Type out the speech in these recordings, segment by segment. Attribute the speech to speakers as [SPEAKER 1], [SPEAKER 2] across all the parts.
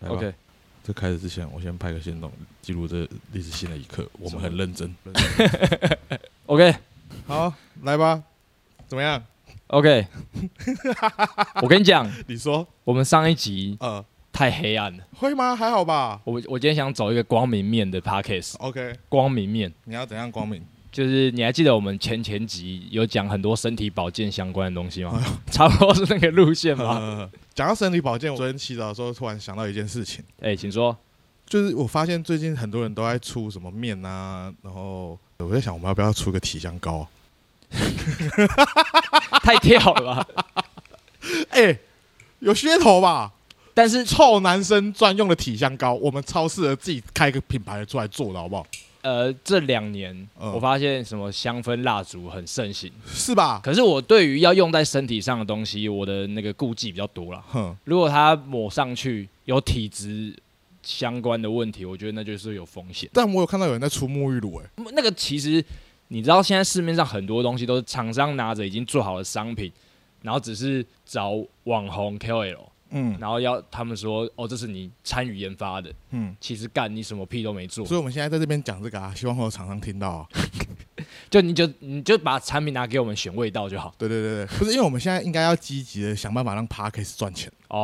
[SPEAKER 1] 来吧
[SPEAKER 2] OK，
[SPEAKER 1] 这开始之前，我先拍个先动，记录这历史性的一刻。我们很认真。
[SPEAKER 2] OK
[SPEAKER 1] 好，来吧，怎么样？
[SPEAKER 2] OK，我跟你讲，
[SPEAKER 1] 你说，
[SPEAKER 2] 我们上一集
[SPEAKER 1] 呃，
[SPEAKER 2] 太黑暗了，
[SPEAKER 1] 会吗？还好吧。
[SPEAKER 2] 我我今天想走一个光明面的 Pockets，
[SPEAKER 1] OK，
[SPEAKER 2] 光明面
[SPEAKER 1] 你要怎样光 明？
[SPEAKER 2] 就是你还记得我们前前集有讲很多身体保健相关的东西吗？
[SPEAKER 1] 哎
[SPEAKER 2] 差不多是那个路 线吧。
[SPEAKER 1] 呃，讲到身体保健，我昨天洗澡的时候突然想到一件事情，
[SPEAKER 2] 哎、请说。
[SPEAKER 1] 就是我发现最近很多人都在出什么面啊，然后我在想，我们要不要出个体香膏啊？
[SPEAKER 2] 太跳了 吧？
[SPEAKER 1] 哎、有噱头吧？
[SPEAKER 2] 但是
[SPEAKER 1] 臭男生专用的体香膏，我们超适合自己开一个品牌出来做的，好不好？
[SPEAKER 2] 呃，这两年、
[SPEAKER 1] 嗯
[SPEAKER 2] 我发现什么香氛蜡烛很盛行，
[SPEAKER 1] 是吧？
[SPEAKER 2] 可是我对于要用在身体上的东西，我的那个顾忌比较多啦。
[SPEAKER 1] 哼，
[SPEAKER 2] 如果它抹上去有体质相关的问题，我觉得那就是有风险。
[SPEAKER 1] 但我有看到有人在出沐浴乳、哎，
[SPEAKER 2] 那个其实你知道，现在市面上很多东西都是厂商拿着已经做好的商品，然后只是找网红 KOL，
[SPEAKER 1] 嗯
[SPEAKER 2] 然后要他们说哦，这是你参与研发的，
[SPEAKER 1] 嗯。
[SPEAKER 2] 其实干你什么屁都没做
[SPEAKER 1] 所，以我们现在在这边讲这个啊，希望会有厂商听到、啊。
[SPEAKER 2] 就你就你就把产品拿给我们选味道就好
[SPEAKER 1] 对对对对，不是因为我们现在应该要积极的想办法让 Parkes 赚钱，不然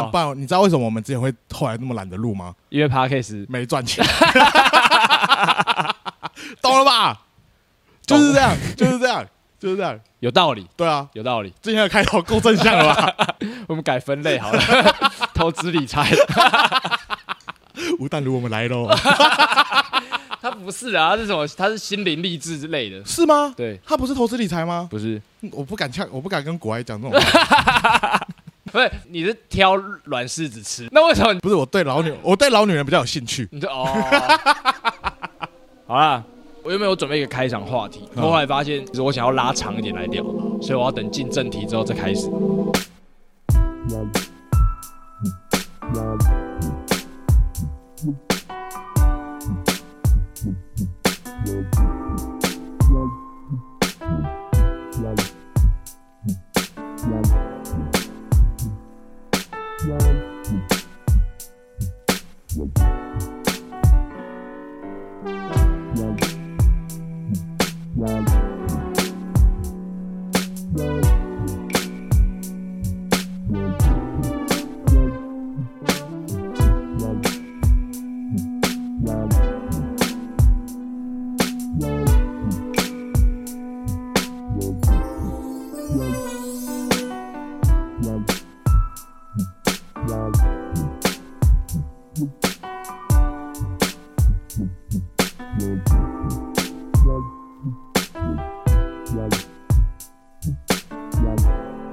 [SPEAKER 2] 哦
[SPEAKER 1] 不。然你知道为什么我们之前会后来那么懒得录吗？
[SPEAKER 2] 因为 Parkes
[SPEAKER 1] 没赚钱， 懂了吧？就是这样，就是这样，就是这样。
[SPEAKER 2] 有道理，
[SPEAKER 1] 对啊，
[SPEAKER 2] 有道理，
[SPEAKER 1] 之前的开头够正向 了吧？
[SPEAKER 2] 我们改分类好了， 投资理财。
[SPEAKER 1] 吴淡如，我们来喽，
[SPEAKER 2] 他不是啊，他是什么？他是心灵励志之类的。
[SPEAKER 1] 是吗？
[SPEAKER 2] 对，
[SPEAKER 1] 他不是投资理财吗？
[SPEAKER 2] 不是，
[SPEAKER 1] 我不敢呛，我不敢跟国外讲这种话。
[SPEAKER 2] 不是，你是挑软柿子吃，那为什么你
[SPEAKER 1] 不是我对老女，我对老女人比较有兴趣。
[SPEAKER 2] 你 就哦？好啦，我原本有准备一个开场话题，
[SPEAKER 1] 嗯
[SPEAKER 2] 后来发现其实我想要拉长一点来聊，所以我要等进正题之后再开始。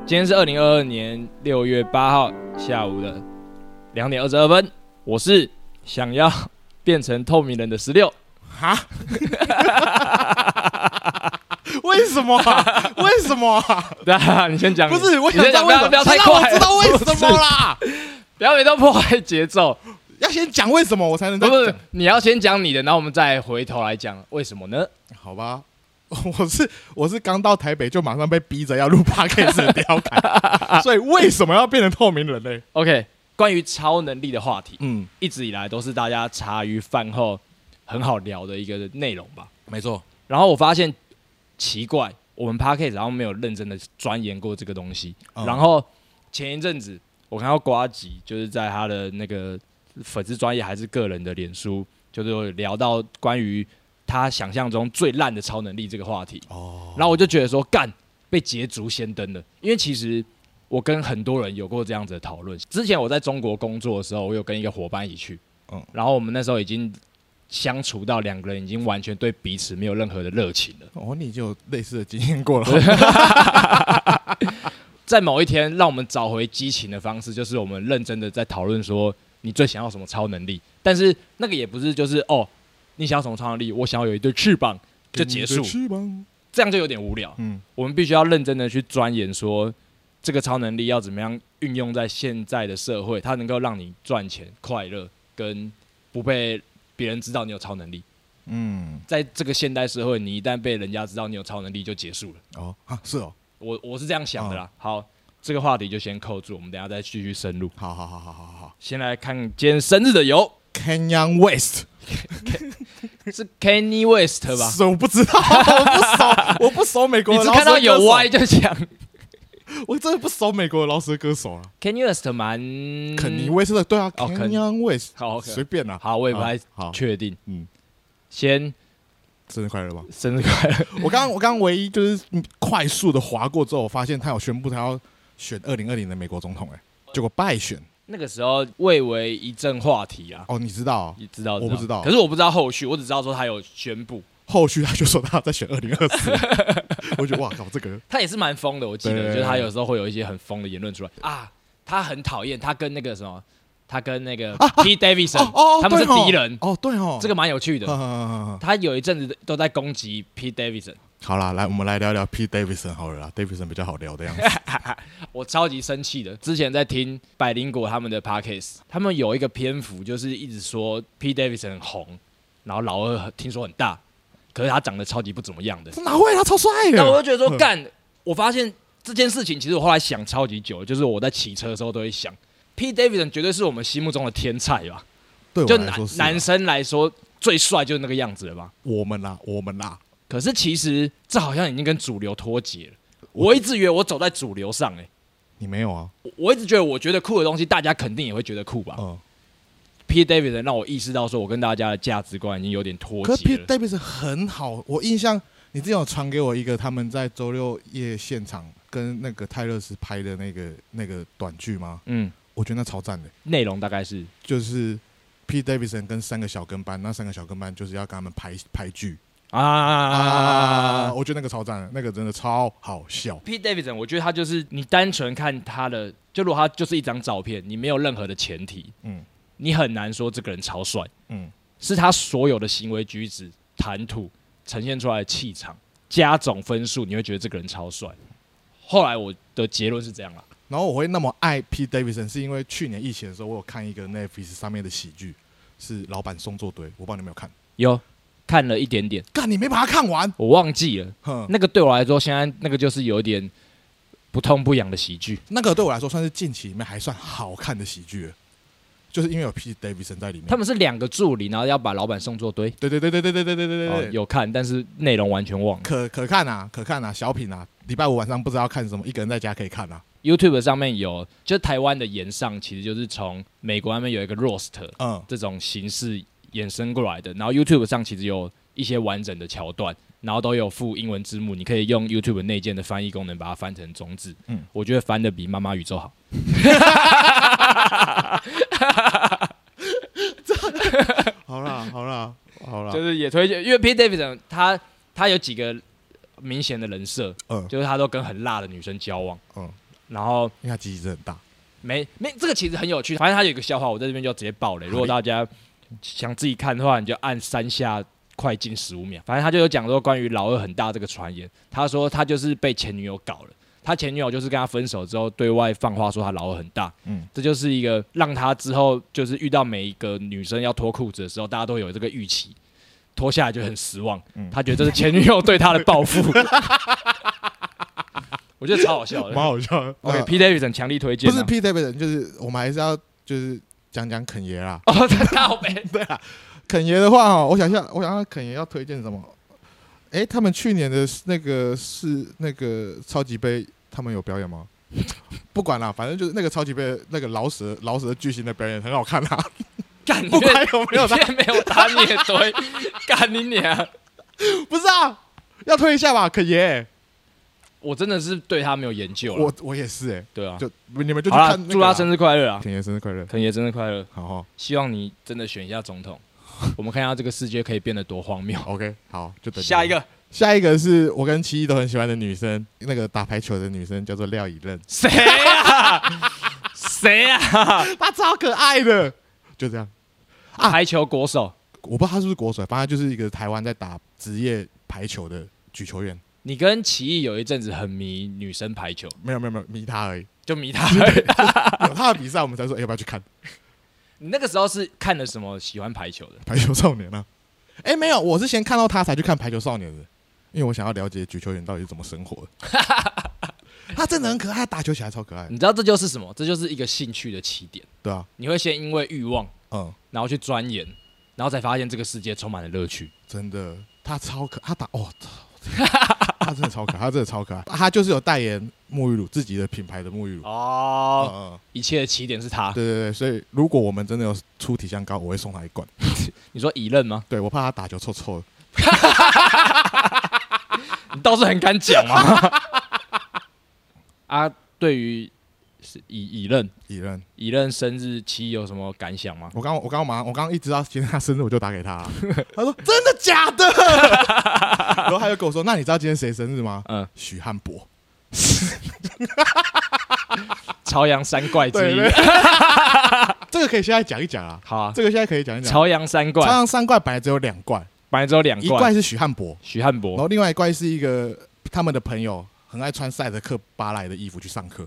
[SPEAKER 2] 今天是二零二二年六月八号下午的两点二十二分，我是想要变成透明人的十六。
[SPEAKER 1] 哈？ 为什么啊？为什么啊？
[SPEAKER 2] 对啊，你先讲。
[SPEAKER 1] 不是，我
[SPEAKER 2] 你
[SPEAKER 1] 想
[SPEAKER 2] 先
[SPEAKER 1] 知道
[SPEAKER 2] 讲，
[SPEAKER 1] 为什么，
[SPEAKER 2] 不要不要太
[SPEAKER 1] 让
[SPEAKER 2] 快，
[SPEAKER 1] 我知道为 什么啦。
[SPEAKER 2] 不要每都破坏节奏。
[SPEAKER 1] 要先讲为什么，我才能
[SPEAKER 2] 不
[SPEAKER 1] 再
[SPEAKER 2] 是不是
[SPEAKER 1] 讲，
[SPEAKER 2] 你要先讲你的，然后我们再回头来讲为什么呢？
[SPEAKER 1] 好吧？我是我是刚到台北就马上被逼着要录 podcast 的调侃， 所以为什么要变成透明人类？
[SPEAKER 2] OK，关于超能力的话题，
[SPEAKER 1] 嗯，
[SPEAKER 2] 一直以来都是大家茶余饭后很好聊的一个内容吧。
[SPEAKER 1] 没错，
[SPEAKER 2] 然后我发现奇怪，我们 p a c k a g e 然后没有认真的钻研过这个东西。
[SPEAKER 1] 嗯
[SPEAKER 2] 然后前一阵子我看到瓜吉就是在他的那个粉丝专业还是个人的脸书，就是有聊到关于他想象中最烂的超能力这个话题。
[SPEAKER 1] 哦，
[SPEAKER 2] 然后我就觉得说，干被捷足先登了，因为其实我跟很多人有过这样子的讨论。之前我在中国工作的时候，我有跟一个伙伴一起去，
[SPEAKER 1] 嗯
[SPEAKER 2] 嗯，然后我们那时候已经相处到两个人已经完全对彼此没有任何的热情了。
[SPEAKER 1] 哦，你已经有类似的经验过了，
[SPEAKER 2] 在某一天，让我们找回激情的方式，就是我们认真的在讨论说你最想要什么超能力，但是那个也不是就是哦，你想要什么超能力，我想要有一对翅膀 就结
[SPEAKER 1] 给
[SPEAKER 2] 束
[SPEAKER 1] 你的，翅膀
[SPEAKER 2] 这样就有点无聊。
[SPEAKER 1] 嗯
[SPEAKER 2] 我们必须要认真的去钻研说这个超能力要怎么样运用在现在的社会，它能够让你赚钱、快乐，跟不被别人知道你有超能力。
[SPEAKER 1] 嗯，
[SPEAKER 2] 在这个现代社会，你一旦被人家知道你有超能力，就结束了。
[SPEAKER 1] 哦啊，是哦，
[SPEAKER 2] 我我是这样想的啦。好，这个话题就先扣住，我们等一下再继续深入。
[SPEAKER 1] 好好好好好好好
[SPEAKER 2] 先来看今天生日的有
[SPEAKER 1] ，Kanye West
[SPEAKER 2] 是 Kanye West 吧？
[SPEAKER 1] 是我不知道， 我不熟，我不熟美国
[SPEAKER 2] 你
[SPEAKER 1] 的
[SPEAKER 2] 只
[SPEAKER 1] 饶
[SPEAKER 2] 看到
[SPEAKER 1] 舌歌
[SPEAKER 2] 有
[SPEAKER 1] 手
[SPEAKER 2] Y 就讲
[SPEAKER 1] 我真的不熟美国的饶舌歌手了。
[SPEAKER 2] Kanye West 蛮
[SPEAKER 1] 肯尼威斯的，对啊
[SPEAKER 2] 嗯哦肯
[SPEAKER 1] ，Kanye West，
[SPEAKER 2] 好，OK
[SPEAKER 1] 随便啦。
[SPEAKER 2] 好，我也不太
[SPEAKER 1] 好，
[SPEAKER 2] 确定。
[SPEAKER 1] 嗯，
[SPEAKER 2] 先
[SPEAKER 1] 生日快乐吧！
[SPEAKER 2] 生日快乐！
[SPEAKER 1] 我刚刚我刚刚唯一就是快速的划过之后，我发现他有宣布他要选二零二零的美国总统、欸，结果败选。
[SPEAKER 2] 那个时候蔚为一阵话题啊，
[SPEAKER 1] 哦，你知道、哦，
[SPEAKER 2] 你知道？
[SPEAKER 1] 我不知道
[SPEAKER 2] 可是我不知道后续，我只知道说他有宣布，
[SPEAKER 1] 后续他就说他要再选二零二四， 我觉得哇靠，这 个
[SPEAKER 2] 他也是蛮疯的，我记
[SPEAKER 1] 对对哦
[SPEAKER 2] 得，
[SPEAKER 1] 对
[SPEAKER 2] 就是他有时候会有一些很疯的言论出来啊，他很讨厌他跟那个什么，他跟那个
[SPEAKER 1] 啊啊
[SPEAKER 2] P. Davidson，、
[SPEAKER 1] 哦哦，
[SPEAKER 2] 他们是
[SPEAKER 1] 对哦
[SPEAKER 2] 敌人
[SPEAKER 1] 哦，对哦，
[SPEAKER 2] 这个蛮有趣的。
[SPEAKER 1] 个
[SPEAKER 2] 他有一阵子都在攻击 P. Davidson，
[SPEAKER 1] 好啦，来我们来聊聊 P. Davidson 好了啦，Davidson 比较好聊的样子。
[SPEAKER 2] 我超级生气的。之前在听百灵果他们的 podcast，他们有一个篇幅就是一直说 P. Davidson 很红，然后老二很听说很大，可是他长得超级不怎么样的。
[SPEAKER 1] 这哪啊会？他超帅
[SPEAKER 2] 那我
[SPEAKER 1] 的。
[SPEAKER 2] 就觉得说，干，我发现这件事情，其实我后来想超级久，就是我在骑车的时候都会想，P. Davidson 绝对是我们心目中的天才吧？
[SPEAKER 1] 对
[SPEAKER 2] 就
[SPEAKER 1] 我来
[SPEAKER 2] 男
[SPEAKER 1] 说是啊
[SPEAKER 2] 男生来说，最帅就是那个样子了吧？
[SPEAKER 1] 我们啦，我们啊啦，
[SPEAKER 2] 可是其实这好像已经跟主流脱节了。我一直以为我走在主流上、欸，
[SPEAKER 1] 你没有啊？
[SPEAKER 2] 我我一直觉得我觉得酷的东西，大家肯定也会觉得酷吧、
[SPEAKER 1] 嗯，
[SPEAKER 2] p. Davidson 让我意识到，说我跟大家的价值观已经有点脱
[SPEAKER 1] 可是
[SPEAKER 2] 节
[SPEAKER 1] P.
[SPEAKER 2] 了。
[SPEAKER 1] Davidson 很好，我印象你之前有传给我一个他们在周六夜现场跟那个泰勒斯拍的那个那个短剧吗？
[SPEAKER 2] 嗯，
[SPEAKER 1] 我觉得那超赞的，
[SPEAKER 2] 内容大概是
[SPEAKER 1] 就是 P. Davidson 跟三个小跟班，那三个小跟班就是要跟他们拍拍剧啊，
[SPEAKER 2] 啊
[SPEAKER 1] 我觉得那个超赞的，那个真的超好笑。
[SPEAKER 2] P. Davidson，我觉得他就是你单纯看他的，就如果他就是一张照片，你没有任何的前提，
[SPEAKER 1] 嗯
[SPEAKER 2] 你很难说这个人超帅，
[SPEAKER 1] 嗯，
[SPEAKER 2] 是他所有的行为举止、谈吐呈现出来的气场加总分数，你会觉得这个人超帅。后来我的结论是这样啦，
[SPEAKER 1] 然后我会那么爱 P. Davidson，是因为去年疫情的时候，我有看一个 Netflix 上面的喜剧，是老板送作堆，我不知道你有没有看。
[SPEAKER 2] 有看了一点点，
[SPEAKER 1] 干，你没把它看完，
[SPEAKER 2] 我忘记了，
[SPEAKER 1] 哼，
[SPEAKER 2] 那个对我来说，现在那个就是有一点不痛不痒的喜剧。
[SPEAKER 1] 那个对我来说算是近期里面还算好看的喜剧了，就是因为有 P. Davidson 在里面。
[SPEAKER 2] 他们是两个助理，然后要把老板送作堆。
[SPEAKER 1] 对对对对对对对对对
[SPEAKER 2] 哦
[SPEAKER 1] 对，
[SPEAKER 2] 有看，但是内容完全忘了。
[SPEAKER 1] 可可看啊，可看啊，小品啊，礼拜五晚上不知道看什么，一个人在家可以看啊。
[SPEAKER 2] YouTube 上面有，就台湾的延上其实就是从美国那边有一个 roast
[SPEAKER 1] 嗯，
[SPEAKER 2] 这种形式衍生过来的，然后 YouTube 上其实有一些完整的桥段，然后都有附英文字幕，你可以用 YouTube 内建的翻译功能把它翻成中字。
[SPEAKER 1] 嗯
[SPEAKER 2] 嗯，我觉得翻的比妈妈宇宙好。
[SPEAKER 1] 好啦好啦好啦
[SPEAKER 2] 就，是也推荐，因为 P. Davidson 他他有几个明显的人设，
[SPEAKER 1] 嗯，
[SPEAKER 2] 就是他都跟很辣的女生交往，
[SPEAKER 1] 嗯
[SPEAKER 2] 嗯，然后
[SPEAKER 1] 因为他鸡鸡真的很大。
[SPEAKER 2] 没没，这个其实很有趣。反正它有一个笑话，我在这边就直接爆雷。如果大家想自己看的话，你就按三下快进十五秒。反正他就有讲说关于老二很大这个传言，他说他就是被前女友搞了。他前女友就是跟他分手之后，对外放话说他老二很大，
[SPEAKER 1] 嗯
[SPEAKER 2] 嗯，这就是一个让他之后就是遇到每一个女生要脱裤子的时候，大家都有这个预期，脱下来就很失望，
[SPEAKER 1] 嗯
[SPEAKER 2] 他觉得这是前女友对他的报复，我觉得超好笑
[SPEAKER 1] 蛮
[SPEAKER 2] 的。
[SPEAKER 1] 好笑的。那
[SPEAKER 2] OK，P. Davidson 强力推荐、
[SPEAKER 1] 嗯不
[SPEAKER 2] 啊，
[SPEAKER 1] 是 P. Davidson，就是我们还是要就是讲讲肯爷啦。
[SPEAKER 2] 哦，他靠背，
[SPEAKER 1] 对啊，肯爷的话哦，我想一下，我想要肯爷要推荐什么？哎、他们去年的那个是那个超级杯，他们有表演吗？ 不管啦，反正就是那个超级杯的那个老舍老舍巨星的表演很好看啦，
[SPEAKER 2] 干你
[SPEAKER 1] 不管有没
[SPEAKER 2] 没
[SPEAKER 1] 有
[SPEAKER 2] 有
[SPEAKER 1] 他，
[SPEAKER 2] 没有打你也 对，干你娘！
[SPEAKER 1] 不是啊，要推一下吧，肯爷。
[SPEAKER 2] 我真的是对他没有研究了，
[SPEAKER 1] 我我也是哎、
[SPEAKER 2] 对啊，
[SPEAKER 1] 就你们就去
[SPEAKER 2] 好啦
[SPEAKER 1] 看、那个啦
[SPEAKER 2] 祝他生日快乐啊！
[SPEAKER 1] 肯爷生日快乐，
[SPEAKER 2] 肯爷生日快乐！
[SPEAKER 1] 好哦
[SPEAKER 2] 希望你真的选一下总统，我们看一下这个世界可以变得多荒谬。
[SPEAKER 1] ，OK，好，就等你
[SPEAKER 2] 下一个
[SPEAKER 1] 下一个是我跟七一都很喜欢的女生，那个打排球的女生叫做廖以任，
[SPEAKER 2] 谁啊？谁啊？
[SPEAKER 1] 她超可爱的，就这样。啊
[SPEAKER 2] 排球国手，
[SPEAKER 1] 我不知道她是不是国手，反正她就是一个台湾在打职业排球的举球员。
[SPEAKER 2] 你跟奇艺有一阵子很迷女生排球，
[SPEAKER 1] 没有没有没有，迷她而已。
[SPEAKER 2] 就迷他。
[SPEAKER 1] 有她的比赛，我们才说、哎要不要去看
[SPEAKER 2] 你那个时候是看了什么喜欢排球的？
[SPEAKER 1] 排球少年啊？哎、没有，我是先看到她才去看排球少年的，因为我想要了解举球员到底是怎么生活的。他真的很可爱，他打球起来超可爱的，
[SPEAKER 2] 你知道这就是什么？这就是一个兴趣的起点。
[SPEAKER 1] 对啊，
[SPEAKER 2] 你会先因为欲望，
[SPEAKER 1] 嗯，
[SPEAKER 2] 然后去钻研，然后才发现这个世界充满了乐趣。
[SPEAKER 1] 真的，他超可，他打哦， 操他真的超可爱，他真的超可爱，他就是有代言沐浴乳，自己的品牌的沐浴乳。嗯
[SPEAKER 2] 哦，
[SPEAKER 1] 嗯
[SPEAKER 2] 一切的起点是他。
[SPEAKER 1] 对对对，所以如果我们真的有出体香膏，我会送他一罐。
[SPEAKER 2] 你说乙任吗？
[SPEAKER 1] 对我怕他打球臭臭的，
[SPEAKER 2] 你倒是很敢 讲嘛。啊，对于是乙乙任
[SPEAKER 1] 乙任。
[SPEAKER 2] 乙任生日期有什么感想吗？
[SPEAKER 1] 我刚我刚马上我刚一知道今天他生日，我就打给 他。他说真的假的？ 然后他就跟我说，那你知道今天谁生日吗？
[SPEAKER 2] 嗯，
[SPEAKER 1] 许汉博。
[SPEAKER 2] 朝阳三怪之一
[SPEAKER 1] 对。这个可以现在讲一讲啊，
[SPEAKER 2] 好啊，
[SPEAKER 1] 这个现在可以讲一讲。
[SPEAKER 2] 朝阳三怪
[SPEAKER 1] 朝，阳三怪本来只有两怪，
[SPEAKER 2] 本来只有两
[SPEAKER 1] 一
[SPEAKER 2] 怪，
[SPEAKER 1] 怪是哦许汉博，
[SPEAKER 2] 许汉
[SPEAKER 1] 然
[SPEAKER 2] 博。
[SPEAKER 1] 后另外一怪是一个他们的朋友，很爱穿赛德克巴莱的衣服去上课。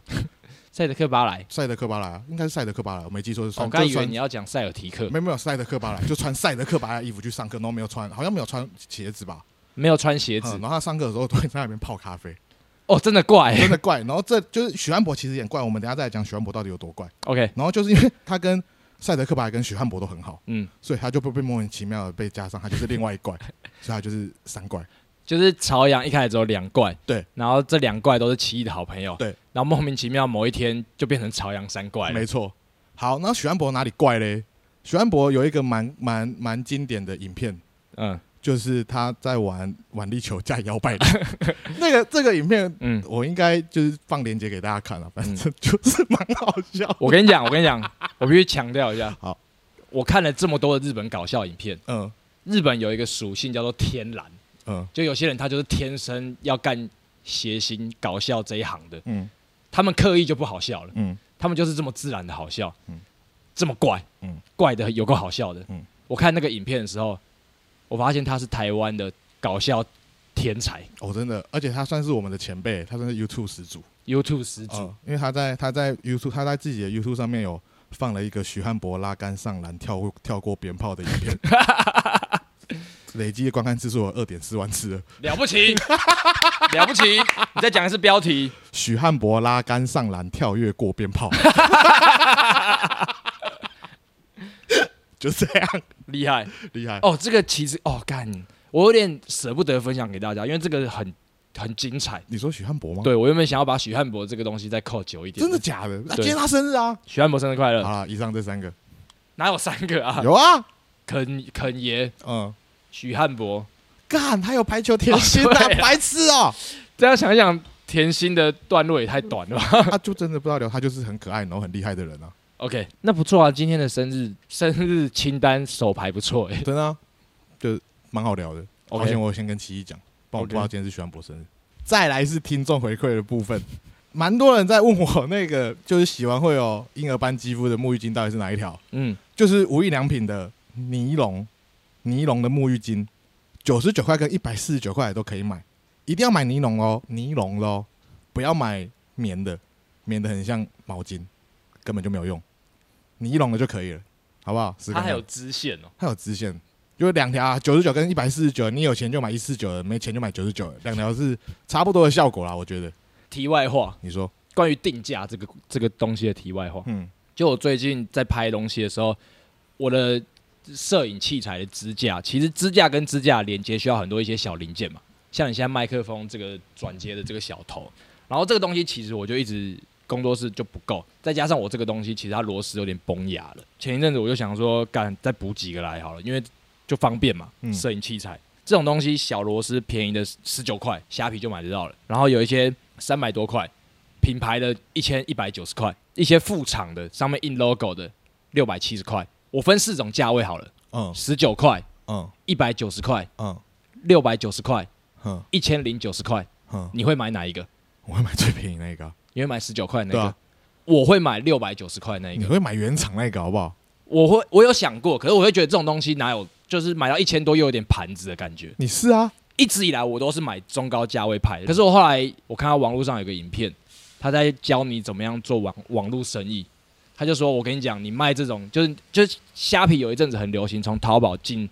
[SPEAKER 2] 赛德克巴莱。
[SPEAKER 1] 赛德克巴莱啊应该是赛德克巴莱，我没记错是
[SPEAKER 2] 我
[SPEAKER 1] 穿。
[SPEAKER 2] 哦刚
[SPEAKER 1] 哦就
[SPEAKER 2] 以为
[SPEAKER 1] 穿
[SPEAKER 2] 你要讲塞尔提克，
[SPEAKER 1] 没有没有赛德克巴莱，就穿赛德克巴莱的衣服去上课，然后没有穿，好像没有穿鞋子吧？
[SPEAKER 2] 没有穿鞋
[SPEAKER 1] 嗯
[SPEAKER 2] 子
[SPEAKER 1] 然。后他上课的时候都会在那边泡咖啡。
[SPEAKER 2] 哦，真的怪。
[SPEAKER 1] 真的怪。然后这就是许汉博其实也很怪，我们等一下再来讲许汉博到底有多怪。
[SPEAKER 2] OK，
[SPEAKER 1] 然后就是因为他跟赛德克巴莱跟许汉博都很好，
[SPEAKER 2] 嗯，
[SPEAKER 1] 所以他就不被莫名其妙的被加上，他就是另外一 怪，所以他就是三怪。
[SPEAKER 2] 就是朝阳一开始只有两怪，
[SPEAKER 1] 对，
[SPEAKER 2] 然后这两怪都是奇异的好朋友，
[SPEAKER 1] 对，
[SPEAKER 2] 然后莫名其妙某一天就变成朝阳三怪了
[SPEAKER 1] 没。错。好，那许汉博哪里怪嘞？许汉博有一个蛮蛮蛮经典的影片，
[SPEAKER 2] 嗯
[SPEAKER 1] 就是他在玩玩力球加摇摆的 那个这个影片。
[SPEAKER 2] 嗯，
[SPEAKER 1] 我应该就是放链接给大家看了，反正就是蛮好笑。
[SPEAKER 2] 我跟你讲，我跟 你讲，我必须强调一下，
[SPEAKER 1] 好，
[SPEAKER 2] 我看了这么多的日本搞笑影片，
[SPEAKER 1] 嗯
[SPEAKER 2] 日本有一个属性叫做天然，
[SPEAKER 1] 嗯
[SPEAKER 2] 就有些人他就是天生要干谐星搞笑这一行的，
[SPEAKER 1] 嗯
[SPEAKER 2] 他们刻意就不好笑了，
[SPEAKER 1] 嗯，
[SPEAKER 2] 他们就是这么自然的好笑，
[SPEAKER 1] 嗯
[SPEAKER 2] 这么怪，
[SPEAKER 1] 嗯
[SPEAKER 2] 怪的有够好笑的，
[SPEAKER 1] 嗯
[SPEAKER 2] 我看那个影片的时候，我发现他是台湾的搞笑天才
[SPEAKER 1] 哦，真的，而且他算是我们的前辈，他算是 YouTube 始祖。
[SPEAKER 2] ，YouTube 始祖，
[SPEAKER 1] 嗯，因为他在他在 YouTube 他在自己的 YouTube 上面有放了一个徐汉博拉杆上篮跳过跳过鞭炮的影 片，累计的观看次数有二点四万次了。
[SPEAKER 2] 了不 起，了不起，你再讲一次标题，
[SPEAKER 1] 许汉博拉杆上篮跳跃过鞭 炮，就这样
[SPEAKER 2] 厉害。
[SPEAKER 1] 厉害。
[SPEAKER 2] 哦，这个其实哦，干，我有点舍不得分享给大家，因为这个很很精彩。
[SPEAKER 1] 你说许汉博吗？，
[SPEAKER 2] 对我原本想要把许汉博这个东西再扣久一点，
[SPEAKER 1] 真的假的？那今
[SPEAKER 2] 对
[SPEAKER 1] 天他生日啊！
[SPEAKER 2] 许汉博生日快乐！
[SPEAKER 1] 好了，以上这三个
[SPEAKER 2] 哪有三个啊？
[SPEAKER 1] 有啊，
[SPEAKER 2] 肯肯爷、
[SPEAKER 1] 嗯，
[SPEAKER 2] 许汉博，
[SPEAKER 1] 干，他有排球甜心
[SPEAKER 2] 哦
[SPEAKER 1] 啊
[SPEAKER 2] 对，啊
[SPEAKER 1] 白痴哦！
[SPEAKER 2] 这样想一想，甜心的段落也太短了吧
[SPEAKER 1] 他就真的不知道聊，他就是很可爱，然后很厉害的人 啊，
[SPEAKER 2] ？OK，那不错啊，今天的生日生日清单手牌不错哎、
[SPEAKER 1] 真的啊，就蛮好聊的。好
[SPEAKER 2] OK，
[SPEAKER 1] 险我先跟奇艺讲，不然我
[SPEAKER 2] OK
[SPEAKER 1] 不知道今天是徐安博生日。再来是听众回馈的部分，蛮多人在问我那个就是洗完会有婴儿般肌肤的沐浴巾到底是哪一条？
[SPEAKER 2] 嗯，
[SPEAKER 1] 就是无印良品的尼龙尼龙的沐浴巾，九十九块跟一百四十九块都可以买，一定要买尼龙哦，尼龙咯，不要买棉的，棉的很像毛巾，根本就没有用，尼龙的就可以了，好不好？十
[SPEAKER 2] 它
[SPEAKER 1] 公
[SPEAKER 2] 还
[SPEAKER 1] 分
[SPEAKER 2] 有支线哦。
[SPEAKER 1] 它有支线，就是两条啊，九十九跟一百四十九，你有钱就买一四九的，没钱就买九十九的，两条是差不多的效果啦，我觉得。
[SPEAKER 2] 题外话，
[SPEAKER 1] 你说，
[SPEAKER 2] 关于定价这个这个东西的题外话，
[SPEAKER 1] 嗯
[SPEAKER 2] 就我最近在拍东西的时候，我的摄影器材的支架，其实支架跟支架连接需要很多一些小零件嘛，像你现在麦克风这个转接的这个小头，然后这个东西其实我就一直工作室就不够，再加上我这个东西其实它螺丝有点崩牙了，前一阵子我就想说，干再补几个来好了，因为就方便嘛，
[SPEAKER 1] 嗯
[SPEAKER 2] 摄影器材。这种东西小螺丝便宜的十九块，虾皮就买得到了。然后有一些三百多块，品牌的一千一百九十块，一些副厂的上面印 logo 的六百七十块。我分四种价位好了，
[SPEAKER 1] 嗯
[SPEAKER 2] 十九块、
[SPEAKER 1] 嗯
[SPEAKER 2] 一百九十块、
[SPEAKER 1] 嗯
[SPEAKER 2] 六百九十块、
[SPEAKER 1] 嗯
[SPEAKER 2] 一千零九十块，
[SPEAKER 1] 嗯，
[SPEAKER 2] 你会买哪一个？
[SPEAKER 1] 我会买最便宜那个啊，
[SPEAKER 2] 你会买十九块那
[SPEAKER 1] 对
[SPEAKER 2] 个？
[SPEAKER 1] 啊，嗯
[SPEAKER 2] 我会买六百九十块那一
[SPEAKER 1] 你
[SPEAKER 2] 个。
[SPEAKER 1] 会买原厂那个好不好？
[SPEAKER 2] 我会，我有想过，可是我会觉得这种东西哪有，就是买到一千多又有点盘子的感觉。
[SPEAKER 1] 你是啊，
[SPEAKER 2] 一直以来我都是买中高价位派的，可是我后来我看到网络上有个影片，他在教你怎么样做网网络生意。他就说：“我跟你讲，你卖这种就是就是虾皮有一阵子很流行，从淘宝进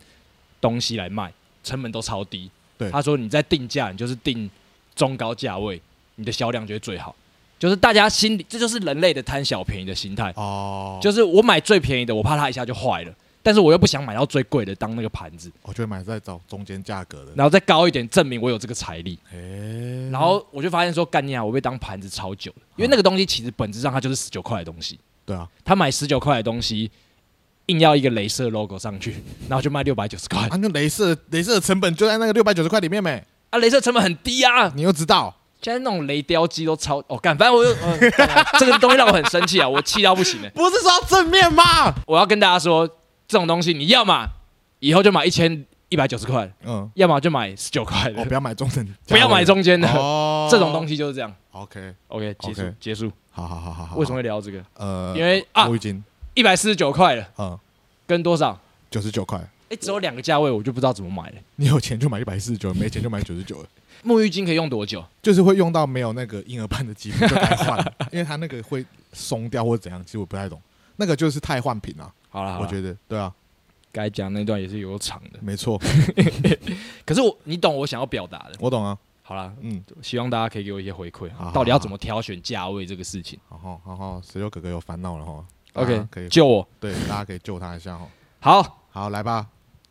[SPEAKER 2] 东西来卖，成本都超低。
[SPEAKER 1] 对
[SPEAKER 2] 他说你在定价，你就是定中高价位，你的销量就会最好。就是大家心里，这就是人类的贪小便宜的心态。
[SPEAKER 1] 哦，
[SPEAKER 2] 就是我买最便宜的，我怕它一下就坏了，但是我又不想买到最贵的当那个盘子，
[SPEAKER 1] 我就会买在找中间价格的。
[SPEAKER 2] 然后再高一点，证明我有这个财力。
[SPEAKER 1] 哎，
[SPEAKER 2] 然后我就发现说，干你啊，我被当盘子超久了，因为那个东西其实本质上它就是十九块的东西，
[SPEAKER 1] 对啊，
[SPEAKER 2] 他买十九块的东西，硬要一个镭射 logo 上去，然后就卖六百九十块
[SPEAKER 1] 啊，那镭射镭射的成本就在那个六百九十块里面没，
[SPEAKER 2] 啊，镭射成本很低啊，
[SPEAKER 1] 你又知道
[SPEAKER 2] 现在那种雷雕机都超哦，干，反正我就、呃干啊这个东西让我很生气啊，我气到不行了、
[SPEAKER 1] 不是说要正面吗？
[SPEAKER 2] 我要跟大家说，这种东西你要嘛，以后就买一千一百九十块，
[SPEAKER 1] 嗯，
[SPEAKER 2] 要么就买十九块
[SPEAKER 1] 我
[SPEAKER 2] 的
[SPEAKER 1] 不，要买中等，
[SPEAKER 2] 不要买中间的，
[SPEAKER 1] 哦
[SPEAKER 2] 这种东西就是这样。
[SPEAKER 1] OK，
[SPEAKER 2] OK，结束
[SPEAKER 1] OK
[SPEAKER 2] 结束。
[SPEAKER 1] 好好好好好。
[SPEAKER 2] 为什么？会聊这个？
[SPEAKER 1] 呃，
[SPEAKER 2] 因为啊
[SPEAKER 1] 我已经
[SPEAKER 2] 一百四十九块了，
[SPEAKER 1] 嗯
[SPEAKER 2] 跟多少？
[SPEAKER 1] 九十九块，
[SPEAKER 2] 哎，只有两个价位，我就不知道怎么买了。
[SPEAKER 1] 你有钱就买一百四十九，没钱就买九十九，
[SPEAKER 2] 沐浴巾可以用多久？
[SPEAKER 1] 就是会用到没有那个婴儿般的肌肤就该换了， 因为它那个会松掉或者怎样，其实我不太懂。那个就是汰换品啊，
[SPEAKER 2] 好了，
[SPEAKER 1] 我觉得对啊，
[SPEAKER 2] 该讲那段也是有长的。
[SPEAKER 1] 没错，
[SPEAKER 2] 可是我，你懂我想要表达的。
[SPEAKER 1] 我懂啊，
[SPEAKER 2] 好啦，
[SPEAKER 1] 嗯，
[SPEAKER 2] 希望大家可以给我一些回馈啊
[SPEAKER 1] 好好，
[SPEAKER 2] 到底要怎么挑选价位这个事情。
[SPEAKER 1] 然后然后石榴哥哥有烦恼了哈
[SPEAKER 2] OK，
[SPEAKER 1] 大家可以
[SPEAKER 2] 救我。
[SPEAKER 1] 对大家可以救他一下哈。
[SPEAKER 2] 好，
[SPEAKER 1] 好，来吧，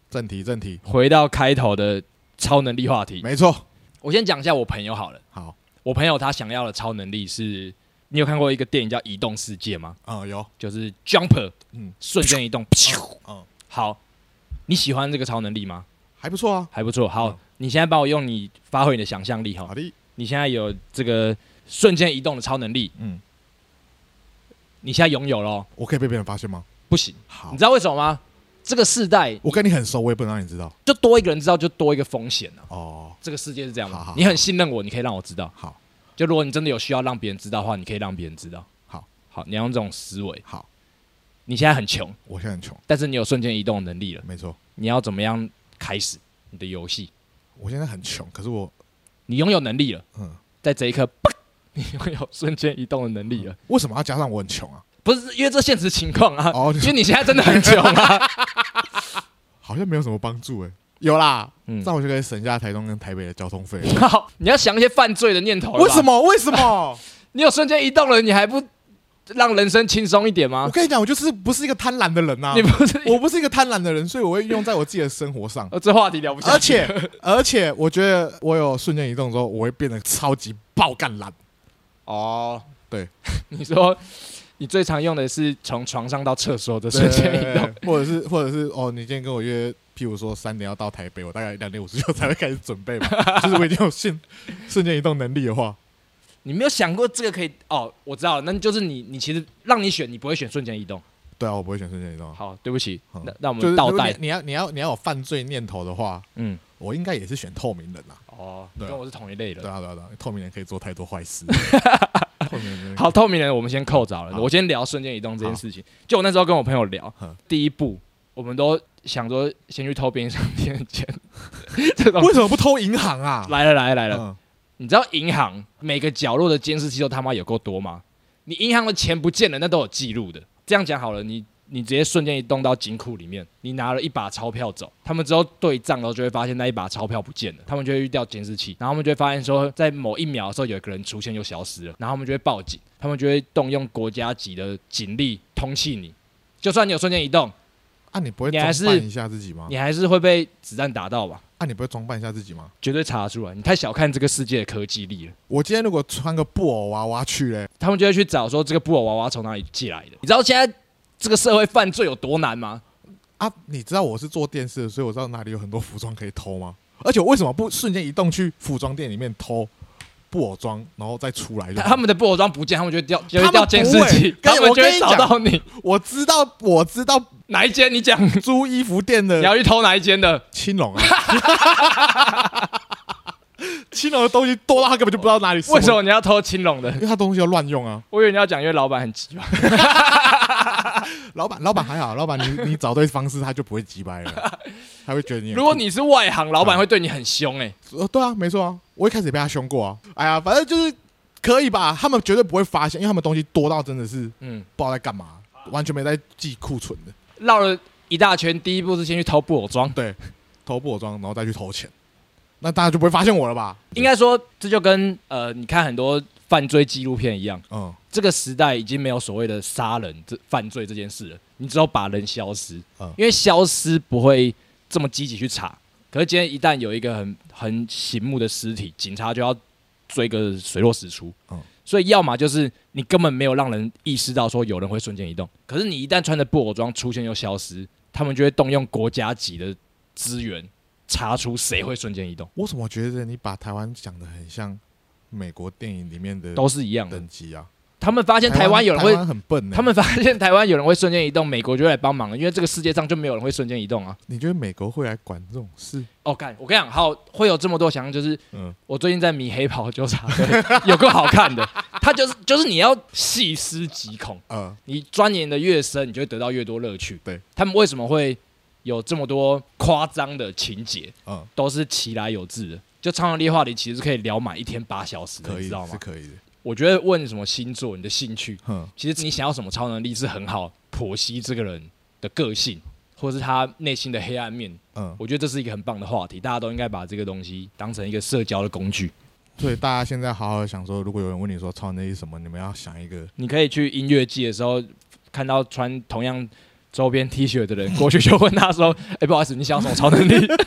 [SPEAKER 1] 正题正题，
[SPEAKER 2] 回到开头的超能力话题，
[SPEAKER 1] 没错，
[SPEAKER 2] 我先讲一下我朋友好了。
[SPEAKER 1] 好，
[SPEAKER 2] 我朋友他想要的超能力是，你有看过一个电影叫《移动世界》吗？
[SPEAKER 1] 嗯，有，
[SPEAKER 2] 就是 jumper，
[SPEAKER 1] 嗯
[SPEAKER 2] 瞬间移动。噗
[SPEAKER 1] 嗯，
[SPEAKER 2] 好，你喜欢这个超能力吗？
[SPEAKER 1] 还不错啊，
[SPEAKER 2] 还不错。好
[SPEAKER 1] 嗯，
[SPEAKER 2] 你现在帮我用你发挥你的想象力哈
[SPEAKER 1] 好。的，
[SPEAKER 2] 你现在有这个瞬间移动的超能力，
[SPEAKER 1] 嗯，
[SPEAKER 2] 你现在拥有了哦，
[SPEAKER 1] 我可以被别人发现吗？
[SPEAKER 2] 不行。
[SPEAKER 1] 好
[SPEAKER 2] 你知，道为什么吗？这个世代
[SPEAKER 1] 我跟你很熟，我也不能让你知道
[SPEAKER 2] 就多一个人知道，就多一个风险啊。
[SPEAKER 1] 哦。
[SPEAKER 2] 这个世界是这样
[SPEAKER 1] 好好
[SPEAKER 2] 的
[SPEAKER 1] 好，
[SPEAKER 2] 你很信任我，你可以让我知道。
[SPEAKER 1] 好，
[SPEAKER 2] 就如果你真的有需要让别人知道的话，你可以让别人知道。
[SPEAKER 1] 好，
[SPEAKER 2] 好，你要用这种思维。
[SPEAKER 1] 好，
[SPEAKER 2] 你现在很穷，
[SPEAKER 1] 我现在很穷，
[SPEAKER 2] 但是你有瞬间移动的能力了，
[SPEAKER 1] 没错，
[SPEAKER 2] 你要怎么样开始你的游戏？
[SPEAKER 1] 我现在很穷，可是我，
[SPEAKER 2] 你拥有能力了，
[SPEAKER 1] 嗯，
[SPEAKER 2] 在这一刻，砰你拥有瞬间移动的能力了。
[SPEAKER 1] 为什么要加上我很穷啊？
[SPEAKER 2] 不是因为这现实情况啊，
[SPEAKER 1] 哦你
[SPEAKER 2] 因为你现在真的很穷 啊。
[SPEAKER 1] 好像没有什么帮助哎、有啦，
[SPEAKER 2] 嗯
[SPEAKER 1] 这，样我就可以省下台东跟台北的交通费。
[SPEAKER 2] 好，你要想一些犯罪的念头。
[SPEAKER 1] 为什？么？为什 么？
[SPEAKER 2] 你有瞬间移动了，你还不让人生轻松一点
[SPEAKER 1] 我
[SPEAKER 2] 吗？
[SPEAKER 1] 跟你讲，我就是不是一个贪婪的人呐、
[SPEAKER 2] 啊
[SPEAKER 1] 啊
[SPEAKER 2] 你不是？。
[SPEAKER 1] 我不是一个贪婪的人，所以我会用在我自己的生活上
[SPEAKER 2] 呃这话题聊不下
[SPEAKER 1] 而
[SPEAKER 2] 去。
[SPEAKER 1] 且，而且，我觉得我有瞬间移动之后，我会变得超级爆干懒。
[SPEAKER 2] 哦，
[SPEAKER 1] 对，
[SPEAKER 2] 你说你最常用的是从床上到厕所的瞬间移动。
[SPEAKER 1] 对，或者是，或者是，哦，你今天跟我约，譬如说三点要到台北，我大概两点五十九才会开始准备 嘛。就是我已经有瞬瞬间移动能力的话，
[SPEAKER 2] 你没有想过这个可以？哦，我知道了，那就是你，你其实让你选，你不会选瞬间移动。
[SPEAKER 1] 对啊，我不会选瞬间移动啊。
[SPEAKER 2] 好，对不起，
[SPEAKER 1] 嗯
[SPEAKER 2] 那那我
[SPEAKER 1] 就是
[SPEAKER 2] 们
[SPEAKER 1] 如
[SPEAKER 2] 倒
[SPEAKER 1] 果你
[SPEAKER 2] 带。
[SPEAKER 1] 你要你要你要有犯罪念头的话，
[SPEAKER 2] 嗯，
[SPEAKER 1] 我应该也是选透明人啦。
[SPEAKER 2] 哦，
[SPEAKER 1] 对啊
[SPEAKER 2] 跟我是同一类的
[SPEAKER 1] 对。啊，对啊，对啊，透明人可以做太多坏 事。透明人真的
[SPEAKER 2] 好，，透明人我们先扣着了。
[SPEAKER 1] 好
[SPEAKER 2] 我先聊瞬间移动这件事情。就我那时候跟我朋友聊
[SPEAKER 1] 嗯，
[SPEAKER 2] 第一步我们都想说先去偷便利商店的钱， 这种
[SPEAKER 1] 为什么不偷银行啊？
[SPEAKER 2] 来了来了来了。
[SPEAKER 1] 嗯，
[SPEAKER 2] 你知道银行每个角落的监视器都他妈有够多吗？你银行的钱不见了，那都有记录的。这样讲好了，你你直接瞬间移动到金库里面，你拿了一把钞票走，他们之后对账，然后就会发现那一把钞票不见了，他们就会遇到监视器，然后他们就会发现说，在某一秒的时候有一个人出现又消失了，然后他们就会报警，他们就会动用国家级的警力通缉你。就算你有瞬间移动，
[SPEAKER 1] 啊，你不会
[SPEAKER 2] 你
[SPEAKER 1] 装
[SPEAKER 2] 还是
[SPEAKER 1] 扮一下自己吗
[SPEAKER 2] 你？还是会被子弹打到吧？
[SPEAKER 1] 啊，你不会装扮一下自己吗？
[SPEAKER 2] 绝对查得出来，你太小看这个世界的科技力了。
[SPEAKER 1] 我今天如果穿个布偶娃娃去嘞，
[SPEAKER 2] 他们就会去找说这个布偶娃娃从哪里寄来的。你知道现在这个社会犯罪有多难吗？
[SPEAKER 1] 啊，你知道我是做电视的，所以我知道哪里有很多服装可以偷吗？而且我为什么不瞬间移动去服装店里面偷布偶装，然后再出来就
[SPEAKER 2] 他
[SPEAKER 1] 好？
[SPEAKER 2] 他们的布偶装不见，他们就会调就会
[SPEAKER 1] 他们
[SPEAKER 2] 调监视器，
[SPEAKER 1] 不会
[SPEAKER 2] 他们
[SPEAKER 1] 我
[SPEAKER 2] 就
[SPEAKER 1] 跟
[SPEAKER 2] 会
[SPEAKER 1] 你
[SPEAKER 2] 找
[SPEAKER 1] 讲
[SPEAKER 2] 到你
[SPEAKER 1] 我知道，我知道
[SPEAKER 2] 哪一间。你讲
[SPEAKER 1] 租衣服店
[SPEAKER 2] 你
[SPEAKER 1] 的
[SPEAKER 2] 要去偷哪一 间的？
[SPEAKER 1] 青龙 啊，青龙的东西多到他根本就不知道哪里是。
[SPEAKER 2] 为什么你要偷青龙的
[SPEAKER 1] 因？为他东西要乱用啊。
[SPEAKER 2] 我以为你要讲，因为老板很 急吧？
[SPEAKER 1] 老板，老板还好，老板你你找对方式，他就不会急掰了，他会觉得你有。
[SPEAKER 2] 如果你是外行，老板会对你很凶哎、
[SPEAKER 1] 呃对啊，没错啊，我一开始也被他凶过啊。哎呀，反正就是可以吧，他们绝对不会发现，因为他们东西多到真的是
[SPEAKER 2] 嗯，
[SPEAKER 1] 不知道在干嘛，完全没在记库存的。
[SPEAKER 2] 绕了一大圈，第一步是先去偷布偶装，
[SPEAKER 1] 对，偷布偶装，然后再去偷钱。那大家就不会发现我了吧？
[SPEAKER 2] 应该说，这就跟呃，你看很多犯罪纪录片一样，
[SPEAKER 1] 嗯，
[SPEAKER 2] 这个时代已经没有所谓的杀人这犯罪这件事了，你只有把人消失，
[SPEAKER 1] 嗯
[SPEAKER 2] 因为消失不会这么积极去查。可是今天一旦有一个很很醒目的尸体，警察就要追个水落石出。
[SPEAKER 1] 嗯
[SPEAKER 2] 所以要么就是你根本没有让人意识到说有人会瞬间移动，可是你一旦穿着布偶装出现又消失，他们就会动用国家级的资源查出谁会瞬间移动，
[SPEAKER 1] 我怎么觉得你把台湾讲的很像美国电影里面的
[SPEAKER 2] 都是一样的
[SPEAKER 1] 等。级啊？
[SPEAKER 2] 他们发现台湾有人
[SPEAKER 1] 台
[SPEAKER 2] 会
[SPEAKER 1] 湾很笨、欸，
[SPEAKER 2] 他们发现台湾有人会瞬间移动，美国就会来帮忙了，因为这个世界上就没有人会瞬间移动啊。
[SPEAKER 1] 你觉得美国会来管这种事？
[SPEAKER 2] 哦，干！我跟你讲，好，会有这么多想象，就是
[SPEAKER 1] 嗯，
[SPEAKER 2] 我最近在迷《黑袍纠察队》，有个好看的，它就是就是你要细思极恐，
[SPEAKER 1] 呃，
[SPEAKER 2] 你钻研的越深，你就会得到越多乐趣。
[SPEAKER 1] 对，
[SPEAKER 2] 他们为什么会有这么多夸张的情节，
[SPEAKER 1] 嗯，
[SPEAKER 2] 都是其来有自的。就《苍狼猎话》里其实是可以聊满一天八小时的，
[SPEAKER 1] 可
[SPEAKER 2] 你
[SPEAKER 1] 以
[SPEAKER 2] 知道
[SPEAKER 1] 是
[SPEAKER 2] 吗？
[SPEAKER 1] 可以的，
[SPEAKER 2] 我觉得问什么星座、你的兴趣，
[SPEAKER 1] 哼，
[SPEAKER 2] 其实你想要什么超能力是很好剖析这个人的个性，或是他内心的黑暗面。
[SPEAKER 1] 嗯，
[SPEAKER 2] 我觉得这是一个很棒的话题，大家都应该把这个东西当成一个社交的工具。
[SPEAKER 1] 所以大家现在好好想说，如果有人问你说超能力是什么，你们要想一个，
[SPEAKER 2] 你可以去音乐季的时候看到穿同样周边 T 恤的人，过去就问他说：“哎、不好意思，你想要什么超能力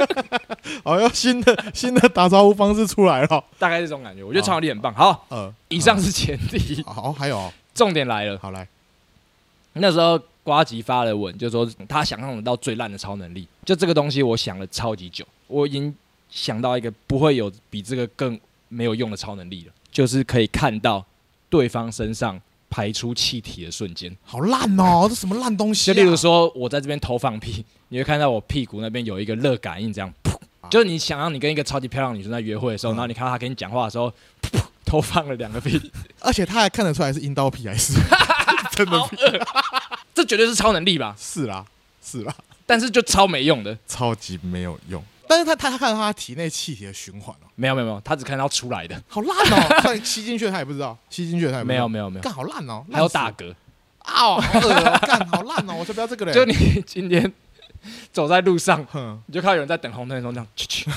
[SPEAKER 1] 哦，要新的 新的打招呼方式出来了，？”
[SPEAKER 2] 大概是这种感觉。我觉得超能力很棒。好，
[SPEAKER 1] 呃，
[SPEAKER 2] 以上是前提，
[SPEAKER 1] 好、哦，还有哦、
[SPEAKER 2] 重点来了。
[SPEAKER 1] 好来，
[SPEAKER 2] 那时候瓜吉发了文，就说他想象得到最烂的超能力，就这个东西，我想了超级久，我已经想到一个不会有比这个更没有用的超能力了，就是可以看到对方身上排出气体的瞬间。
[SPEAKER 1] 好烂哦，这什么烂东西、
[SPEAKER 2] 就
[SPEAKER 1] 啊？
[SPEAKER 2] 例如说，我在这边偷放屁，你会看到我屁股那边有一个热感应，这样噗。就是你想让你跟一个超级漂亮的女生在约会的时候，
[SPEAKER 1] 嗯
[SPEAKER 2] 然后你看到她跟你讲话的时候， 噗偷放了两个屁，
[SPEAKER 1] 而且他还看得出来是阴道屁还是 真的屁，
[SPEAKER 2] 这绝对是超能力吧？
[SPEAKER 1] 是啦，是啦，
[SPEAKER 2] 但是就超没用的。
[SPEAKER 1] 超级没有用。但是他他他看到他体内气体的循环哦，
[SPEAKER 2] 没有没有没有，他只看到出来的，
[SPEAKER 1] 好烂 哦！算吸进去他也不知道，吸进去他也不知
[SPEAKER 2] 没
[SPEAKER 1] 道
[SPEAKER 2] 有，没有没有。
[SPEAKER 1] 干好烂哦，
[SPEAKER 2] 还有
[SPEAKER 1] 打
[SPEAKER 2] 打嗝。
[SPEAKER 1] 啊，哦好恶哦，干好烂哦，我才不要这个人。
[SPEAKER 2] 就你 今天走在路上，
[SPEAKER 1] 哼，
[SPEAKER 2] 你就看到有人在等红灯的时候这样，去去，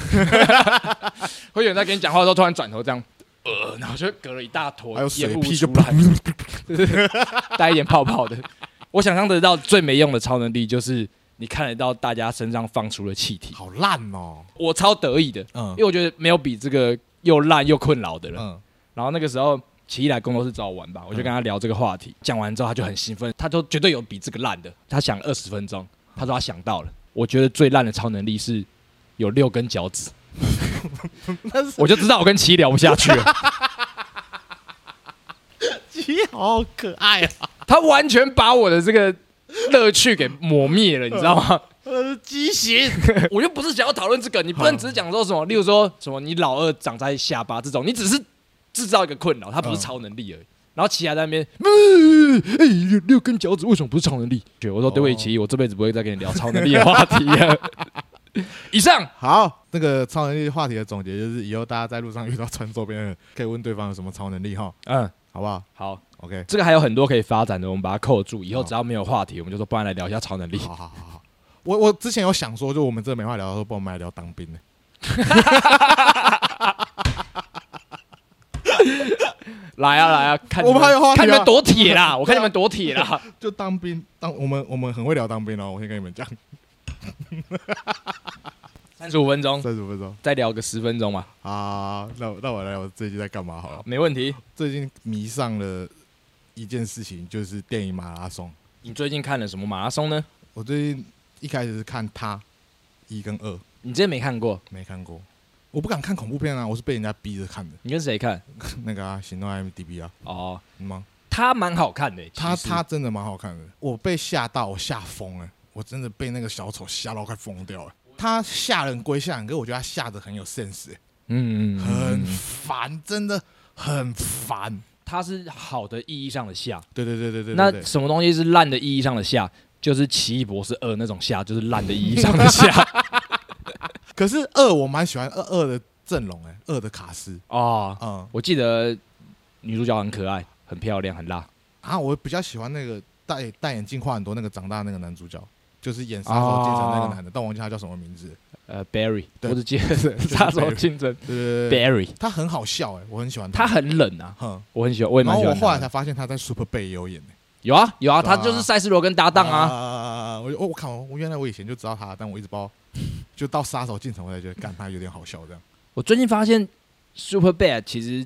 [SPEAKER 2] 会有人在跟你讲话的时候突然转头这样，呃，然后就隔了一大坨
[SPEAKER 1] 还有
[SPEAKER 2] 烟
[SPEAKER 1] 水
[SPEAKER 2] 雾
[SPEAKER 1] 屁就
[SPEAKER 2] 出来， 带一点泡泡的。我想象得到最没用的超能力就是你看得到大家身上放出的气 体，
[SPEAKER 1] 好烂哦。
[SPEAKER 2] 我超得意的，
[SPEAKER 1] 嗯
[SPEAKER 2] 因为我觉得没有比这个又烂又困扰的了。
[SPEAKER 1] 嗯
[SPEAKER 2] 然后那个时候奇一来工作室找我玩吧，我就跟他聊这个话题，讲完之后他就很兴奋，他说绝对有比这个烂的，他想了二十分钟，他说他想到了，我觉得最烂的超能力是有六根脚趾，
[SPEAKER 1] 那是
[SPEAKER 2] 我就知道我跟奇一聊不下去了，
[SPEAKER 1] 鸡好可爱啊，
[SPEAKER 2] 他完全把我的这个乐趣给磨灭了，你知道吗？
[SPEAKER 1] 呃，畸形。
[SPEAKER 2] 我就不是想要讨论这个，你不能只是讲说什么，例如说什么你老二长在下巴这种，你只是制造一个困扰，它不是超能力而已。然后奇亚在那边，嗯哎、六六根脚趾为什么不是超能力？对我说对不起，奇，我这辈子不会再跟你聊超能力的话题了。以上
[SPEAKER 1] 好，那个超能力话题的总结就是，以后大家在路上遇到穿周边的人，可以问对方有什么超能力哈，
[SPEAKER 2] 嗯，
[SPEAKER 1] 好不好
[SPEAKER 2] 好，
[SPEAKER 1] ？OK，
[SPEAKER 2] 这个还有很多可以发展的，我们把它扣住。以后
[SPEAKER 1] 好
[SPEAKER 2] 只要没有话题，我们就说不然来聊一下超能力。
[SPEAKER 1] 好好好好。我我之前有想说，就我们真的没话聊，说不然我们来聊当兵呢。
[SPEAKER 2] 来啊来啊，啊看
[SPEAKER 1] 我们
[SPEAKER 2] 你
[SPEAKER 1] 还有话题啊
[SPEAKER 2] 看你们多铁啦，我看你们多铁啦。
[SPEAKER 1] 就当兵，当我们我们很会聊当兵哦，我先跟你们讲，
[SPEAKER 2] 三十五分钟，
[SPEAKER 1] 三十分钟
[SPEAKER 2] 再聊个十分钟嘛，
[SPEAKER 1] 啊。那我那我来聊我最近在干嘛好了。
[SPEAKER 2] 没问题。
[SPEAKER 1] 最近迷上了一件事情，就是电影马拉松。
[SPEAKER 2] 你最近看了什么马拉松呢？
[SPEAKER 1] 我最近一开始是看他一跟二，
[SPEAKER 2] 你之前没看过，
[SPEAKER 1] 没看过，我不敢看恐怖片啊，我是被人家逼着看的。
[SPEAKER 2] 你跟谁看？
[SPEAKER 1] 那个啊，行动 IMDB 啊，
[SPEAKER 2] 哦，
[SPEAKER 1] 嗯吗？
[SPEAKER 2] 他蛮好看的、
[SPEAKER 1] 他
[SPEAKER 2] 其实
[SPEAKER 1] 他真的蛮好看的，我被吓到，我吓疯了，我真的被那个小丑吓到快疯掉了。他吓人归吓人，可是我觉得他吓得很有 sense，、欸、
[SPEAKER 2] 嗯嗯，
[SPEAKER 1] 很
[SPEAKER 2] 嗯嗯
[SPEAKER 1] 烦，真的很烦。
[SPEAKER 2] 他是好的意义上的下。
[SPEAKER 1] 对对对对对对
[SPEAKER 2] 那
[SPEAKER 1] 对，
[SPEAKER 2] 什么东西是烂的意义上的下？就是《奇异博士二》那种下，就是烂的意义上的下
[SPEAKER 1] 可是二我蛮喜欢二二的阵容哎、欸二的卡斯，
[SPEAKER 2] 哦。
[SPEAKER 1] 嗯
[SPEAKER 2] 我记得女主角很可爱，很漂亮，很辣。
[SPEAKER 1] 啊，我比较喜欢那个戴戴眼镜画很多那个长大那个男主角，就是演杀手进城
[SPEAKER 2] 哦
[SPEAKER 1] 那个男的，但我忘记他叫什么名字。
[SPEAKER 2] 呃，Barry，
[SPEAKER 1] 对
[SPEAKER 2] 我只记得
[SPEAKER 1] 对，就是
[SPEAKER 2] 杀手
[SPEAKER 1] Barry
[SPEAKER 2] 竞争
[SPEAKER 1] 对 对对对，
[SPEAKER 2] Barry，
[SPEAKER 1] 他很好笑哎，我很喜欢
[SPEAKER 2] 他很冷啊，
[SPEAKER 1] 哼，
[SPEAKER 2] 我很喜欢，我也
[SPEAKER 1] 然
[SPEAKER 2] 蛮
[SPEAKER 1] 后
[SPEAKER 2] 喜
[SPEAKER 1] 我
[SPEAKER 2] 欢
[SPEAKER 1] 后来
[SPEAKER 2] 他的。
[SPEAKER 1] 才发现他在 Super Bay 有演欸
[SPEAKER 2] 有啊有啊，
[SPEAKER 1] 对啊
[SPEAKER 2] 他就是赛斯罗跟搭档啊，
[SPEAKER 1] 啊！我就哦我靠，我原来我以前就知道他，但我一直包，就到杀手进城我才觉得，干他有点好笑这样。
[SPEAKER 2] 我最近发现 Super Bad 其实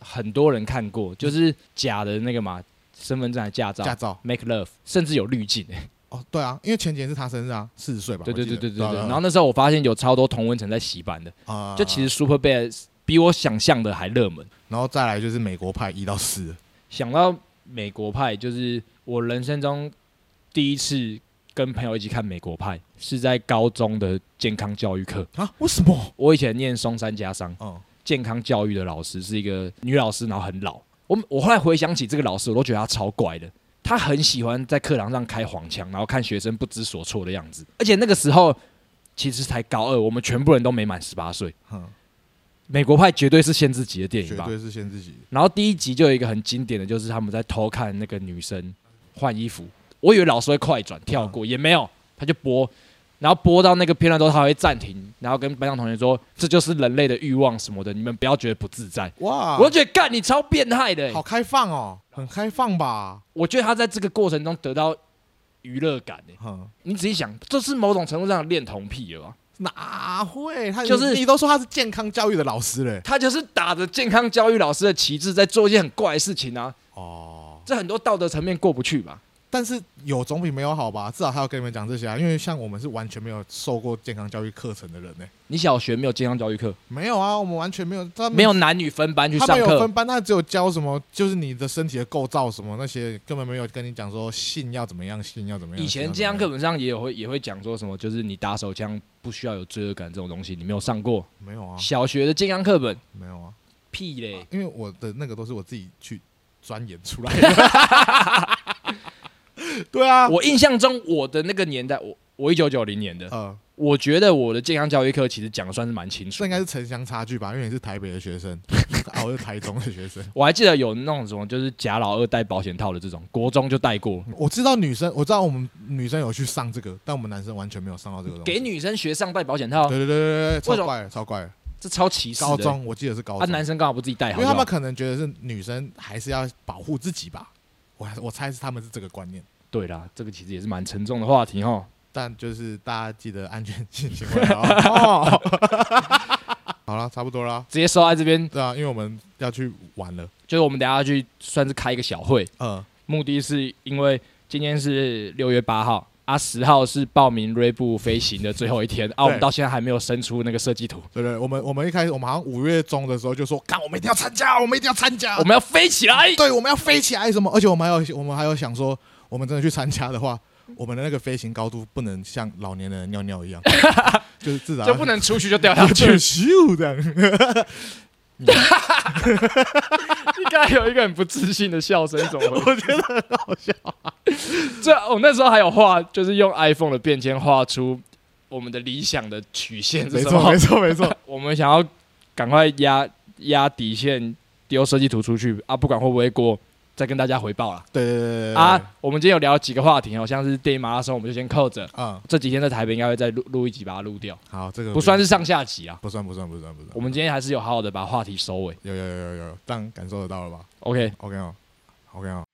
[SPEAKER 2] 很多人看过，就是假的那个嘛，身份证还嗯驾照
[SPEAKER 1] 驾照
[SPEAKER 2] Make Love，甚至有滤镜、欸。
[SPEAKER 1] 哦，对啊，因为前几年是他生日啊，四十岁吧？
[SPEAKER 2] 对对对对对对。然
[SPEAKER 1] 然
[SPEAKER 2] 后那时候我发现有超多同温层在洗版的，
[SPEAKER 1] 啊，
[SPEAKER 2] 就其实 Super Bad 比我想象的还热门。
[SPEAKER 1] 然后再来就是美国派一到四，
[SPEAKER 2] 想到美国派，就是我人生中第一次跟朋友一起看美国派，是在高中的健康教育课。
[SPEAKER 1] 啊？为什么？
[SPEAKER 2] 我以前念松山家商，
[SPEAKER 1] 嗯，
[SPEAKER 2] 健康教育的老师是一个女老师，然后很老。我我后来回想起这个老师，我都觉得她超怪的。她很喜欢在课堂上开黄腔，然后看学生不知所措的样子。而且那个时候其实才高二，我们全部人都没满十八岁。
[SPEAKER 1] 哼，
[SPEAKER 2] 美国派绝对是限制级的电影
[SPEAKER 1] 绝
[SPEAKER 2] 吧？
[SPEAKER 1] 对是先自己。
[SPEAKER 2] 然后第一集就有一个很经典的，就是他们在偷看那个女生换衣服。我以为老师会快转跳过，也没有，他就播，然后播到那个片段之后，他会暂停，然后跟班上同学说：“这就是人类的欲望什么的，你们不要觉得不自在。”
[SPEAKER 1] 哇，
[SPEAKER 2] 我觉得干你超变态的欸、
[SPEAKER 1] 啊好开放哦，很开放吧？
[SPEAKER 2] 我觉得他在这个过程中得到娱乐感、欸、
[SPEAKER 1] 哼，
[SPEAKER 2] 你仔细想，这是某种程度上的恋童癖了吧？
[SPEAKER 1] 哪会？他
[SPEAKER 2] 就是
[SPEAKER 1] 你你都说他是健康教育的老师嘞。
[SPEAKER 2] 他就是打着健康教育老师的旗帜，在做一件很怪的事情啊！
[SPEAKER 1] 哦，
[SPEAKER 2] 这很多道德层面过不去吧？
[SPEAKER 1] 但是有总比没有好吧？至少他要跟你们讲这些啊，因为像我们是完全没有受过健康教育课程的人呢、
[SPEAKER 2] 你小学没有健康教育课，
[SPEAKER 1] 没有啊，我们完全没有，他们
[SPEAKER 2] 没有男女分班去
[SPEAKER 1] 他
[SPEAKER 2] 上
[SPEAKER 1] 没有
[SPEAKER 2] 课
[SPEAKER 1] 分，班，他只有教什么，就是你的身体的构造什么那些，根本没有跟你讲说性要怎么样，性要怎么样。
[SPEAKER 2] 以前
[SPEAKER 1] 性
[SPEAKER 2] 健
[SPEAKER 1] 要
[SPEAKER 2] 康
[SPEAKER 1] 怎
[SPEAKER 2] 课
[SPEAKER 1] 么样
[SPEAKER 2] 本上也有会也会讲说什么，就是你打手枪不需要有罪恶感这种东西，你没有上过
[SPEAKER 1] 没有啊，
[SPEAKER 2] 小学的健康课本，
[SPEAKER 1] 没有啊，
[SPEAKER 2] 屁嘞！
[SPEAKER 1] 因为我的那个都是我自己去钻研出来的。 对啊，
[SPEAKER 2] 我印象中我的那个年代，我我一九九零年的，
[SPEAKER 1] 呃，
[SPEAKER 2] 我觉得我的健康教育课其实讲的算是蛮清楚
[SPEAKER 1] 这应。该是城乡差距吧，因为你是台北的学生， 啊，我是台中的学生。
[SPEAKER 2] 我还记得有那种什么，就是假老二戴保险套的这种，国中就戴过。
[SPEAKER 1] 我知道女生，我知道我们女生有去上这个，但我们男生完全没有上到这个东西。
[SPEAKER 2] 给女生学上戴保险套
[SPEAKER 1] 嗯对，对对对对，
[SPEAKER 2] 为什
[SPEAKER 1] 超
[SPEAKER 2] 么
[SPEAKER 1] 怪的超怪的。
[SPEAKER 2] 这超歧视的。
[SPEAKER 1] 高中我记得是高
[SPEAKER 2] 啊，
[SPEAKER 1] 中，
[SPEAKER 2] 男生刚好不自己戴
[SPEAKER 1] 因
[SPEAKER 2] 好
[SPEAKER 1] 为
[SPEAKER 2] 就
[SPEAKER 1] 他
[SPEAKER 2] 好
[SPEAKER 1] 们。可能觉得是女生还是要保护自己吧，我还我猜是他们是这个观念，
[SPEAKER 2] 对啦，这个其实也是蛮沉重的话题哈。
[SPEAKER 1] 但就是大家记得安全性行 为哦。好了，差不多啦，
[SPEAKER 2] 直接收在这边，
[SPEAKER 1] 对啊，因为我们要去玩了，
[SPEAKER 2] 就是我们等一下去算是开一个小会，
[SPEAKER 1] 嗯，
[SPEAKER 2] 目的是因为今天是六月八号。啊，十号是报名锐步飞行的最后一天啊，我们
[SPEAKER 1] 对
[SPEAKER 2] 到现在还没有生出那个设计图，
[SPEAKER 1] 对不对？我们我们一开始我们好像五月中的时候就说，看我们一定要参加，我们一定要参加
[SPEAKER 2] 我，们要飞起来。
[SPEAKER 1] 对，我们要飞起来什么？而且我们还有我们还有想说，我们真的去参加的话。我们的那个飞行高度不能像老年人的尿尿一样， 就是至少
[SPEAKER 2] 就不能出去就掉下
[SPEAKER 1] 要
[SPEAKER 2] 去，
[SPEAKER 1] 咻这样。
[SPEAKER 2] 应该 有一个很不自信的笑声，怎么？我觉得很好笑、这我那时候还有画，就是用 iPhone 的便签画出我们的理想的曲线是
[SPEAKER 1] 没
[SPEAKER 2] 什
[SPEAKER 1] 错，
[SPEAKER 2] 么
[SPEAKER 1] 没。错，没错。
[SPEAKER 2] 我们想要赶快压压底线，丢设计图出去啊，不管会不会过，再跟大家回报啦。
[SPEAKER 1] 对对对对对
[SPEAKER 2] 啊，我们今天有聊几个话题哦，像是电影马拉松，我们就先扣着。
[SPEAKER 1] 嗯，
[SPEAKER 2] 这几天在台北应该会再录录一集，把它录掉，
[SPEAKER 1] 好，这个
[SPEAKER 2] 不算是上下集啊。
[SPEAKER 1] 不算不算不算不算。
[SPEAKER 2] 我们今天还是有好好的把话题收尾。
[SPEAKER 1] 有有有有有，这样感受得到了吧
[SPEAKER 2] OK，
[SPEAKER 1] ？OK 哦，OK 哦。